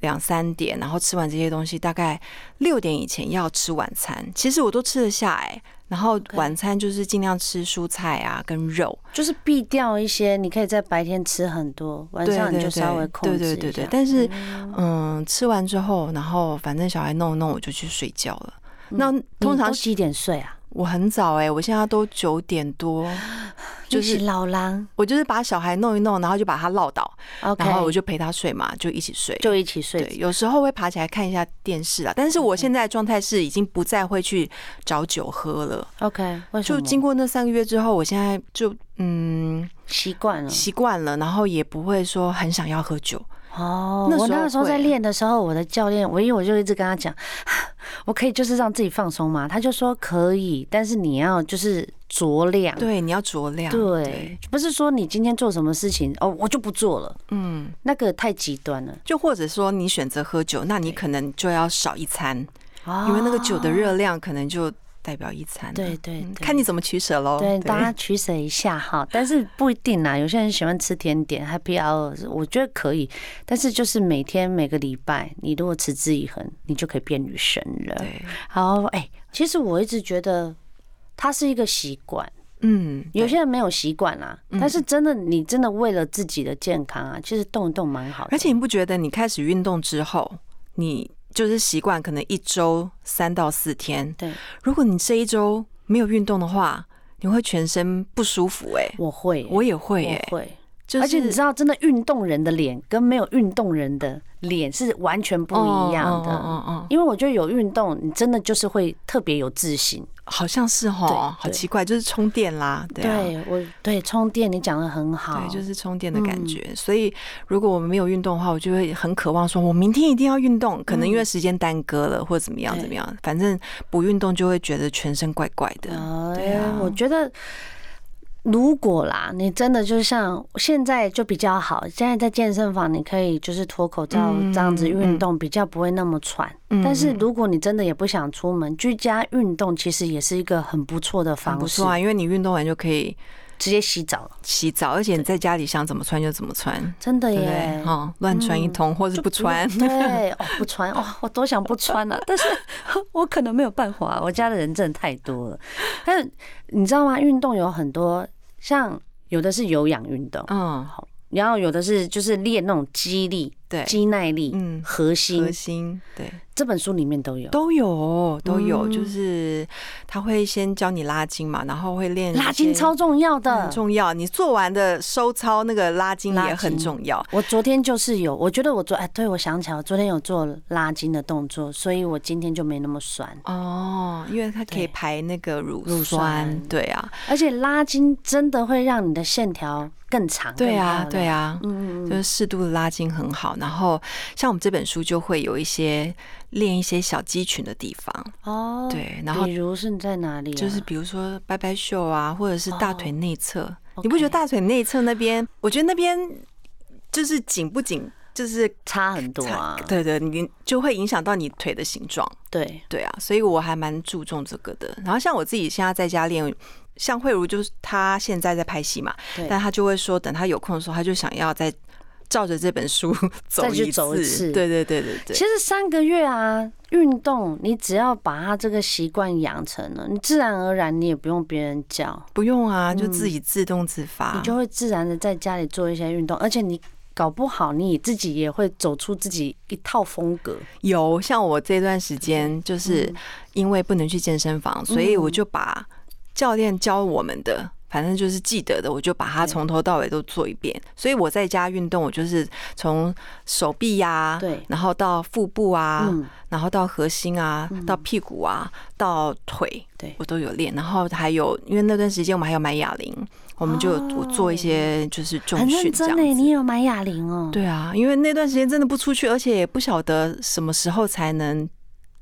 Speaker 2: 两三点，然后吃完这些东西，大概六点以前要吃晚餐。其实我都吃得下哎、然后
Speaker 1: OK
Speaker 2: 晚餐就是尽量吃蔬菜啊跟肉，
Speaker 1: 就是避掉一些，你可以在白天吃很多，晚
Speaker 2: 对
Speaker 1: 上你
Speaker 2: 对
Speaker 1: 就
Speaker 2: 对
Speaker 1: 稍微控
Speaker 2: 对
Speaker 1: 制
Speaker 2: 对
Speaker 1: 一
Speaker 2: 对对
Speaker 1: 下。。
Speaker 2: 但是嗯，吃完之后，然后反正小孩弄一弄，我就去睡觉了。那通
Speaker 1: 嗯你
Speaker 2: 常
Speaker 1: 都几点睡啊？
Speaker 2: 我很早哎、我现在都九点多，就
Speaker 1: 就是是老狼
Speaker 2: 我就是把小孩弄一弄，然后就把他落倒，
Speaker 1: ，OK，
Speaker 2: 然后我就陪他睡嘛，就一起睡。
Speaker 1: 就一起睡
Speaker 2: 对，有时候会爬起来看一下电视啊，但是我现在的状态是已经不再会去找酒喝了。
Speaker 1: ，OK，为什
Speaker 2: 就
Speaker 1: 么？
Speaker 2: 经过那三个月之后，我现在就嗯
Speaker 1: 习惯了。
Speaker 2: 习惯了，然后也不会说很想要喝酒。
Speaker 1: 哦，
Speaker 2: 那
Speaker 1: 我
Speaker 2: 时候
Speaker 1: 那个时候在
Speaker 2: 会啊
Speaker 1: 练的时候，我的教练，我因为我就一直跟他讲， *sighs* 我可以就是让自己放松嘛，他就说可以，但是你要就是酌量。
Speaker 2: 对，啊你要酌量。
Speaker 1: 对，不是说你今天做什么事情哦，我就不做了，
Speaker 2: 嗯，
Speaker 1: 那个太极端了。
Speaker 2: 就或者说你选择喝酒，那你可能就要少一餐，
Speaker 1: 哦
Speaker 2: 因为那个酒的热量可能就代表一餐了。
Speaker 1: 对对
Speaker 2: 嗯
Speaker 1: 对
Speaker 2: 看你哦怎么取舍喽。
Speaker 1: 对，大家取舍一下哈， *laughs* 但是不一定啦。有些人喜欢吃甜点，Happy Hour，我觉得可以，但是就是每天每个礼拜，你如果持之以恒，你就可以变女神了。
Speaker 2: 对，
Speaker 1: 好，哎、其实我一直觉得它是一个习惯，
Speaker 2: 嗯，
Speaker 1: 有
Speaker 2: 对
Speaker 1: 些人没有习惯啦，
Speaker 2: 嗯
Speaker 1: 但是真的，你真的为了自己的健康啊，其实动一动蛮好的。
Speaker 2: 而且你不觉得你开始运动之后，你就是习惯可能一周三到四天，
Speaker 1: 对，
Speaker 2: 如果你这一周没有运动的话，你会全身不舒服哎、
Speaker 1: 我会，
Speaker 2: 我也会哎、
Speaker 1: 我会。
Speaker 2: 就是
Speaker 1: 而且你知道，真的运动人的脸跟没有运动人的脸是完全不一样的。
Speaker 2: 嗯嗯嗯嗯
Speaker 1: 因为我觉得有运动，你真的就是会特别有自信。
Speaker 2: 好像是
Speaker 1: 对
Speaker 2: 哈，好
Speaker 1: 对
Speaker 2: 奇怪，就是充电啦，对啊。
Speaker 1: 对哦我对充电，你讲的很好。
Speaker 2: 对，就是充电的感
Speaker 1: 嗯
Speaker 2: 觉。所以，如果我们没有运动的话，我就会很渴望说，我明天一定要运动。可能因为时间耽搁了，或者怎么样
Speaker 1: 嗯对
Speaker 2: 怎么样，反正不运动就会觉得全身怪怪的。对
Speaker 1: 哎
Speaker 2: 啊，
Speaker 1: 我觉得如果啦，你真的就像现在就比较好，现在在健身房你可以就是脱口罩
Speaker 2: 嗯
Speaker 1: 这样子运动，比较不会那么喘。
Speaker 2: 嗯
Speaker 1: 但是如果你真的也不想出门，居家运动其实也是一个很不错的
Speaker 2: 很
Speaker 1: 方
Speaker 2: 不
Speaker 1: 式
Speaker 2: 错，啊，因为你运动完就可以
Speaker 1: 直接洗澡了，
Speaker 2: 洗澡，而且你在家里想怎么穿就怎么穿，
Speaker 1: 真的
Speaker 2: 对不对？
Speaker 1: 耶。嗯
Speaker 2: 哈，乱穿一通，或是不穿。 *laughs*
Speaker 1: 对，哦，不穿哦，我多想不穿啊，但是 *laughs* 我可能没有办法，啊我家的人真的太多了。但是你知道吗？运动有很多，像有的是有氧运动，
Speaker 2: 嗯，
Speaker 1: 好，然后有的是就是练那种肌力、
Speaker 2: 对，
Speaker 1: 肌耐力、
Speaker 2: 嗯，
Speaker 1: 核
Speaker 2: 核
Speaker 1: 心，
Speaker 2: 心对
Speaker 1: 这本书里面都有。
Speaker 2: 都有都有，
Speaker 1: 嗯
Speaker 2: 就是他会先教你拉筋嘛，然后会练
Speaker 1: 拉
Speaker 2: 一
Speaker 1: 筋
Speaker 2: 些
Speaker 1: 超重要
Speaker 2: 很
Speaker 1: 的。
Speaker 2: 重要，你做完的收操那个拉筋
Speaker 1: 拉
Speaker 2: 也很
Speaker 1: 筋
Speaker 2: 重要。
Speaker 1: 我昨天就是有，我觉得我昨哎，对我想起来，我昨天有做拉筋的动作，所以我今天就没那么酸。
Speaker 2: 哦，因为它可以
Speaker 1: 对
Speaker 2: 排那个乳
Speaker 1: 乳
Speaker 2: 酸
Speaker 1: 酸，
Speaker 2: 对啊，
Speaker 1: 而且拉筋真的会让你的线条更长。
Speaker 2: 对啊，对
Speaker 1: 啊。
Speaker 2: 啊，
Speaker 1: 嗯嗯嗯，
Speaker 2: 就是适度的拉筋很好。然后像我们这本书就会有一些练一些小肌群的地方，
Speaker 1: 哦，。
Speaker 2: 对，然后
Speaker 1: 比如是在哪里啊、
Speaker 2: 就是比如说拜拜袖啊，或者是大腿内侧，
Speaker 1: 哦
Speaker 2: 你不觉得
Speaker 1: OK
Speaker 2: 大腿内侧那边？我觉得那边就是紧不紧，就是
Speaker 1: 差很多啊。
Speaker 2: 对对，你就会影响到你腿的形状，
Speaker 1: 对，
Speaker 2: 对啊，所以我还蛮注重这个的。然后像我自己现在在家练。像慧茹就是她现在在拍戏嘛，
Speaker 1: 对
Speaker 2: 但她就会说，等她有空的时候，她就想要再照着这本书 *laughs* 走
Speaker 1: 再去
Speaker 2: 一
Speaker 1: 走一次
Speaker 2: 对对对对
Speaker 1: 其
Speaker 2: 对，
Speaker 1: 实三个月啊，运动你只要把它这个习惯养成了，你自然而然你也不用别人教，
Speaker 2: 不用啊，就自己自动自发。
Speaker 1: 嗯你就会自然的在家里做一些运动，而且你搞不好你自己也会走出自己一套风格。
Speaker 2: 有，像我这段时
Speaker 1: 嗯
Speaker 2: 间就是因为不能去健身房，所以我就把教练教我们的反正就是记得的，我就把它从头到尾都做一遍。所以我在家运动，我就是从手臂呀、
Speaker 1: 对
Speaker 2: 然后到腹部啊，
Speaker 1: 嗯
Speaker 2: 然后到核心啊，到屁股啊，到腿，
Speaker 1: 对
Speaker 2: 我都有练。然后还有，因为那段时间我们还有买哑铃，我们就有
Speaker 1: 哦
Speaker 2: 我做一些就是重
Speaker 1: 很认
Speaker 2: 训这
Speaker 1: 真
Speaker 2: 样
Speaker 1: 呢，你
Speaker 2: 子。
Speaker 1: 有买哑铃哦。
Speaker 2: 对啊，因为那段时间真的不出去，而且也不晓得什么时候才能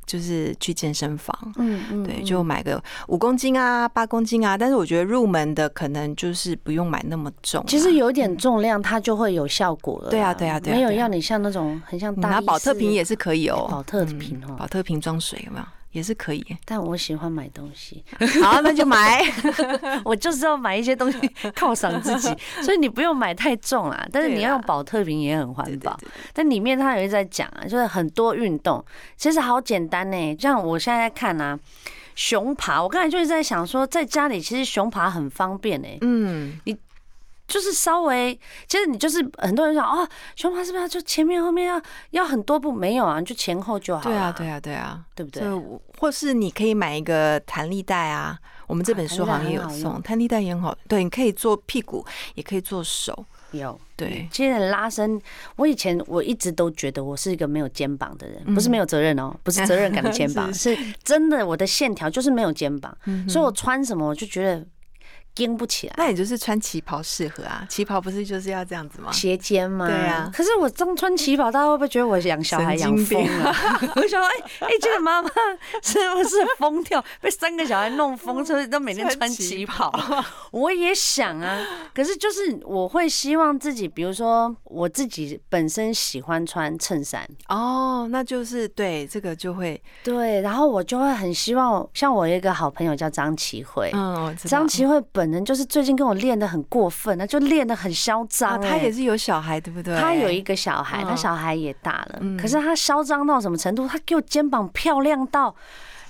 Speaker 2: 就是去健身房。
Speaker 1: 嗯，嗯嗯，
Speaker 2: 对，就买个五公斤啊、八公斤啊，但是我觉得入门的可能就是不用买那么重啊、
Speaker 1: 其实有点重量，它就会有效果了啦。
Speaker 2: 对啊对啊对啊
Speaker 1: 没有
Speaker 2: 对啊
Speaker 1: 要你像那种很像
Speaker 2: 你
Speaker 1: 大
Speaker 2: 拿
Speaker 1: 力
Speaker 2: 保特
Speaker 1: 士
Speaker 2: 瓶也是可以哦，
Speaker 1: 保特瓶
Speaker 2: 嗯
Speaker 1: 哦。
Speaker 2: 保特瓶装水有没有？也是可以耶
Speaker 1: 但我喜欢买东西，
Speaker 2: *laughs* 好，那就买。
Speaker 1: *laughs* 我就是要买一些东西 *laughs* 犒赏自
Speaker 2: *laughs*
Speaker 1: 己，所以你不用买太重啦。但是
Speaker 2: 对
Speaker 1: 你要用
Speaker 2: 啦
Speaker 1: 保特瓶也很环
Speaker 2: 对对
Speaker 1: 保。
Speaker 2: 对
Speaker 1: 但里面它有一直在讲啊，就是很多运动其实好简单呢、像我现在在看啊，熊爬，我刚才就是在想说，在家里其实熊爬很方便呢、
Speaker 2: 嗯，
Speaker 1: 就是稍微，其实你就是很多人想哦，熊爬是不是要就前面后面要要很多步？没有啊，你就前后就好
Speaker 2: 对啊，
Speaker 1: 啦
Speaker 2: 对，啊，对啊，
Speaker 1: 对不对？
Speaker 2: 就我或是你可以买一个弹力带啊，我们这本书好像也
Speaker 1: 弹力带
Speaker 2: 有
Speaker 1: 很好
Speaker 2: 送弹力带也很好，对，你可以做屁股，也可以做手，
Speaker 1: 有。
Speaker 2: 对，
Speaker 1: 其实拉伸，我以前我一直都觉得我是一个没有肩膀的人，不是没有责任哦，不是责任感的肩膀，是真的我的线条就是没有肩膀，所以我穿什么我就觉得硬不起来。
Speaker 2: 那也就是穿旗袍适合啊，旗袍不是就是要这样子吗？
Speaker 1: 斜肩吗？
Speaker 2: 啊对啊
Speaker 1: 可是我这样穿旗袍，大家会不会觉得我养小孩养疯了？
Speaker 2: 啊
Speaker 1: *laughs* 我想说，哎、哎、这个妈妈是不是疯掉？被三个小孩弄
Speaker 2: 嗯
Speaker 1: 疯，所以都每天穿旗袍。 *laughs* 我也想啊，可是就是我会希望自己，比如说我自己本身喜欢穿衬衫，
Speaker 2: 哦，那就是对这个就会，
Speaker 1: 对，然后我就会很希望，像我有一个好朋友叫张琪慧。
Speaker 2: 嗯，我知道
Speaker 1: 张琪慧本人就是最近跟我练的很过分，那就练的很嚣张、
Speaker 2: 啊，
Speaker 1: 欸
Speaker 2: 他也是有小孩，对不对？
Speaker 1: 他有一个小孩，他
Speaker 2: 嗯
Speaker 1: 小孩也大了，
Speaker 2: 嗯
Speaker 1: 可是他嚣张到什么程度？他给我肩膀漂亮到，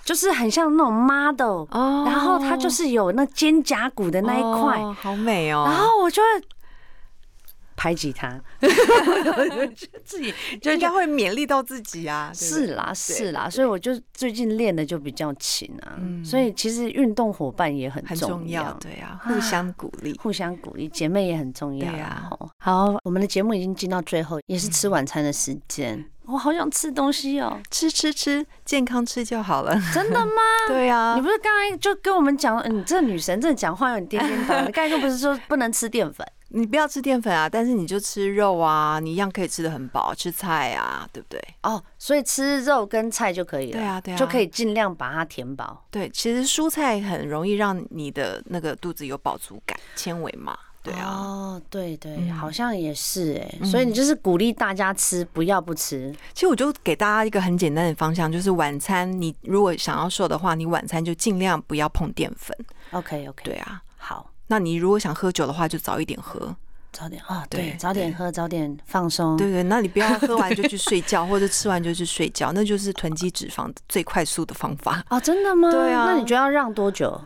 Speaker 1: 就是很像那种 model，、
Speaker 2: 哦，
Speaker 1: 然后他就是有那肩胛骨的那一块，
Speaker 2: 哦好美哦，
Speaker 1: 然后我就会排挤
Speaker 2: *laughs*
Speaker 1: 他，我就自己
Speaker 2: 就
Speaker 1: 就
Speaker 2: 应该
Speaker 1: 就。
Speaker 2: 会勉励到自己啊，对不
Speaker 1: *laughs*
Speaker 2: 对
Speaker 1: 是啦，是啦，所以我就最近练的就比较勤啊，
Speaker 2: 嗯
Speaker 1: 所以其实运动伙伴也很
Speaker 2: 很
Speaker 1: 重
Speaker 2: 重要，
Speaker 1: 要，
Speaker 2: 对啊，互相鼓励。
Speaker 1: 互相鼓励，姐妹也很重要
Speaker 2: 对
Speaker 1: 啊
Speaker 2: 啊。
Speaker 1: 吼好，我们的节目已经进到最后，也是吃晚餐的时间。
Speaker 2: 嗯
Speaker 1: 我好想吃东西哦，
Speaker 2: 吃吃吃，健康吃就好了。
Speaker 1: *laughs* 真的吗？
Speaker 2: *laughs* 对啊
Speaker 1: 你，不是刚才就跟我们讲，嗯，你这女神真的讲话有点颠
Speaker 2: *laughs*
Speaker 1: 颠倒倒。你刚才又不是说不能吃淀粉？
Speaker 2: *laughs* 你不要吃淀粉啊，但是你就吃肉啊，你一样可以吃的很饱，吃菜啊，对不对？
Speaker 1: 哦，所以吃肉跟菜就可以了，
Speaker 2: 对啊对啊
Speaker 1: 就可以尽量把它填饱。
Speaker 2: 对，其实蔬菜很容易让你的那个肚子有饱足感，纤维嘛。对啊，
Speaker 1: 哦，对对，
Speaker 2: 嗯
Speaker 1: 好像也是哎，所以你就是鼓励大家吃，不要不吃。
Speaker 2: 其实我就给大家一个很简单的方向，就是晚餐你如果想要瘦的话，你晚餐就尽量不要碰淀粉。
Speaker 1: OK OK，
Speaker 2: 对啊，
Speaker 1: 好，
Speaker 2: 那你如果想喝酒的话，就早一点喝。
Speaker 1: 早点哦，
Speaker 2: 对
Speaker 1: 对，早点
Speaker 2: 对
Speaker 1: 喝，早点放松。
Speaker 2: 对对，那你不要喝完就去睡觉，或者吃完就去睡觉，那就是囤积脂肪最快速的方法。
Speaker 1: 哦，真的吗？
Speaker 2: 对啊
Speaker 1: 那你觉得要让多久？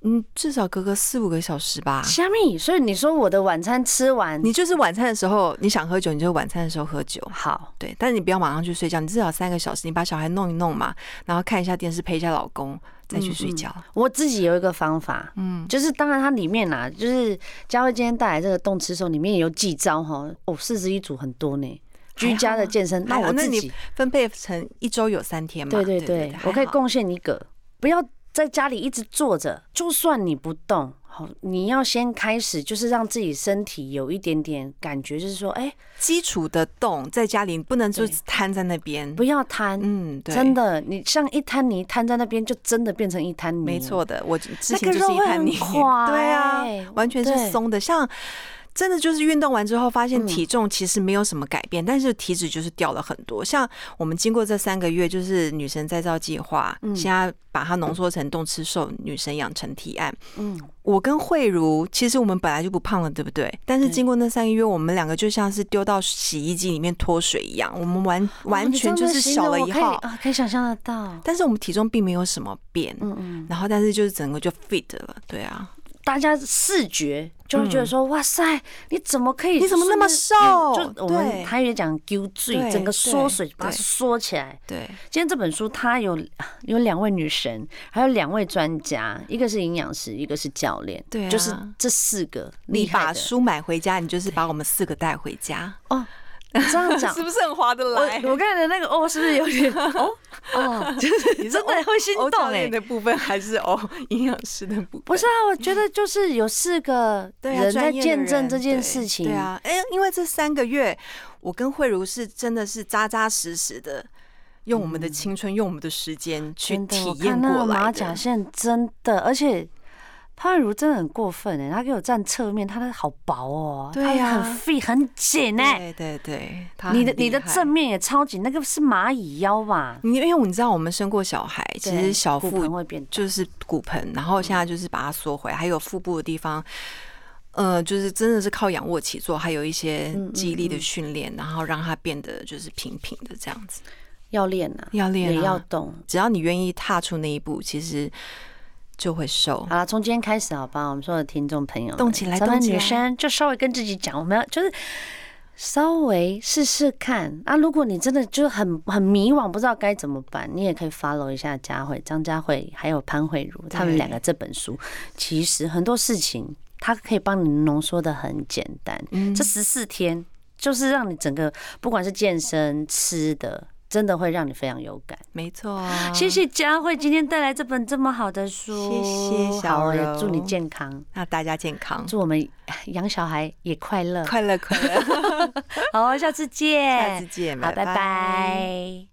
Speaker 2: 嗯，至少隔个四五个小时吧。
Speaker 1: 虾米，所以你说我的晚餐吃完，
Speaker 2: 你就是晚餐的时候，你想喝酒，你就晚餐的时候喝酒。
Speaker 1: 好，
Speaker 2: 对，但是你不要马上去睡觉，你至少三个小时，你把小孩弄一弄嘛，然后看一下电视，陪一下老公，再
Speaker 1: 嗯
Speaker 2: 去睡觉。
Speaker 1: 我自己有一个方法，嗯，就是当然它里面啦，就是佳慧今天带来这个动吃手里面有几招哈，哦，四十一组很多呢，居家的健身，
Speaker 2: 还
Speaker 1: 那
Speaker 2: 好
Speaker 1: 我
Speaker 2: 那
Speaker 1: 自
Speaker 2: 你
Speaker 1: 己，
Speaker 2: 分配成一周有三天嘛？
Speaker 1: 对对
Speaker 2: 对
Speaker 1: 对，
Speaker 2: 还
Speaker 1: 我可以
Speaker 2: 好
Speaker 1: 贡献一个，不要在家里一直坐着，就算你不动，好，你要先开始，就是让自己身体有一点点感觉，就是说，哎，
Speaker 2: 基础的动，在家里你不能就
Speaker 1: 对
Speaker 2: 瘫在那边。
Speaker 1: 不要贪。
Speaker 2: 嗯，对，
Speaker 1: 真的，你像一滩泥摊在那边，就真的变成一滩泥。
Speaker 2: 没错的，我之
Speaker 1: 那
Speaker 2: 前
Speaker 1: 个
Speaker 2: 就是
Speaker 1: 肉
Speaker 2: 一
Speaker 1: 会
Speaker 2: 滩
Speaker 1: 很
Speaker 2: 泥，
Speaker 1: 垮
Speaker 2: 对啊
Speaker 1: 欸，
Speaker 2: 完全
Speaker 1: 对
Speaker 2: 是松的，像。真的就是运动完之后，发现
Speaker 1: 嗯
Speaker 2: 体重其实没有什么改变，但是体脂就是掉了很多。像我们经过这三个月，就是女神再造计划，
Speaker 1: 嗯
Speaker 2: 现在把它浓缩成动吃瘦女神养成提案。
Speaker 1: 嗯，
Speaker 2: 我跟慧茹，其实我们本来就不胖了，对不对？但是
Speaker 1: 对
Speaker 2: 经过那三个月，我们两个就像是丢到洗衣机里面脱水一样，我们完
Speaker 1: 哦
Speaker 2: 完全就是小了一
Speaker 1: 号
Speaker 2: 号，
Speaker 1: 啊，可以想象得到。
Speaker 2: 但是我们体重并没有什么变。
Speaker 1: 嗯嗯，
Speaker 2: 然后但是就是整个就 fit 了，对啊，
Speaker 1: 大家视觉就会觉得说，哇塞，你怎么可以？
Speaker 2: 嗯你怎么那么瘦
Speaker 1: 嗯就我们
Speaker 2: 对
Speaker 1: 台语讲揪嘴，
Speaker 2: 对
Speaker 1: 整个缩水
Speaker 2: 对
Speaker 1: 把它
Speaker 2: 对
Speaker 1: 缩起来。
Speaker 2: 对，
Speaker 1: 今天这本书它有有两位女神，还有两位专家，一个是营养师，一个是教练，
Speaker 2: 对啊
Speaker 1: 就是这四个
Speaker 2: 你
Speaker 1: 厉害
Speaker 2: 把
Speaker 1: 的。
Speaker 2: 书买回家，你就是把我们四个带回家，
Speaker 1: 哦，这样讲
Speaker 2: *laughs* 是。不是很划得
Speaker 1: 我
Speaker 2: 来？
Speaker 1: 我刚才的那个哦，是不是有
Speaker 2: *laughs*
Speaker 1: 点哦哦，就是
Speaker 2: 你是
Speaker 1: 真的会
Speaker 2: *laughs*
Speaker 1: 心
Speaker 2: 欧教
Speaker 1: 动哎
Speaker 2: 练？的部分还是哦营养师的部分？
Speaker 1: 不是啊，我觉得就是有四个
Speaker 2: 对啊，
Speaker 1: 人在
Speaker 2: 专业的
Speaker 1: 见证这件
Speaker 2: 对
Speaker 1: 事情，
Speaker 2: 对啊，哎、因为这三个月，我跟慧茹是真的是扎扎实实的，用我们的青春，用我们的时间去
Speaker 1: 真的
Speaker 2: 体
Speaker 1: 我
Speaker 2: 验
Speaker 1: 看那
Speaker 2: 过
Speaker 1: 个马
Speaker 2: 来
Speaker 1: 甲
Speaker 2: 的。
Speaker 1: 线真的，而且潘如真的很过分哎，她给我站侧面，她的好薄哦，
Speaker 2: 对
Speaker 1: 她的
Speaker 2: 啊
Speaker 1: 很 fit 很紧哎，
Speaker 2: 对对对，他
Speaker 1: 你
Speaker 2: 很
Speaker 1: 的
Speaker 2: 厉
Speaker 1: 你的
Speaker 2: 害
Speaker 1: 正。面也超紧，那个是蚂蚁腰吧？
Speaker 2: 你因为我你知道我们生过小孩，其
Speaker 1: 对
Speaker 2: 实小
Speaker 1: 骨盆
Speaker 2: 腹
Speaker 1: 会变大，
Speaker 2: 就是骨盆，然后现在就是把它缩回来，还有腹部的地方，呃，就是真的是靠仰卧起坐，还有一些
Speaker 1: 嗯嗯
Speaker 2: 肌力的
Speaker 1: 嗯
Speaker 2: 训练，然后让它变得就是平平的这样子。
Speaker 1: 要练呐，
Speaker 2: 要练、啊，
Speaker 1: 也要动。
Speaker 2: 只要你愿意踏出那一步，其实就会瘦。
Speaker 1: 好了，从今天开始好吧，我们所有的听众朋友们，
Speaker 2: 动起来
Speaker 1: 咱们
Speaker 2: 动起
Speaker 1: 女
Speaker 2: 来
Speaker 1: 生就稍微跟自己讲，我们要就是稍微试试看啊。如果你真的就是很很迷惘，不知道该怎么办，你也可以 follow 一下佳慧、张佳慧还有潘慧茹他们
Speaker 2: 对
Speaker 1: 两个这本书，其实很多事情它可以帮你浓缩的很简单。
Speaker 2: 嗯
Speaker 1: 这十四天就是让你整个不管是健身、吃的，真的会让你非常有感。
Speaker 2: 没错，哦
Speaker 1: 谢。谢佳慧今天带来这本这么好的书，
Speaker 2: 嗯谢谢小
Speaker 1: 好，也
Speaker 2: 柔
Speaker 1: 祝你健康，
Speaker 2: 那大家健康，
Speaker 1: 祝我们哎养小孩也快乐。
Speaker 2: 快乐快乐，
Speaker 1: *laughs* 好，下次见，
Speaker 2: *laughs* 下次见，
Speaker 1: 好，拜
Speaker 2: 拜
Speaker 1: 拜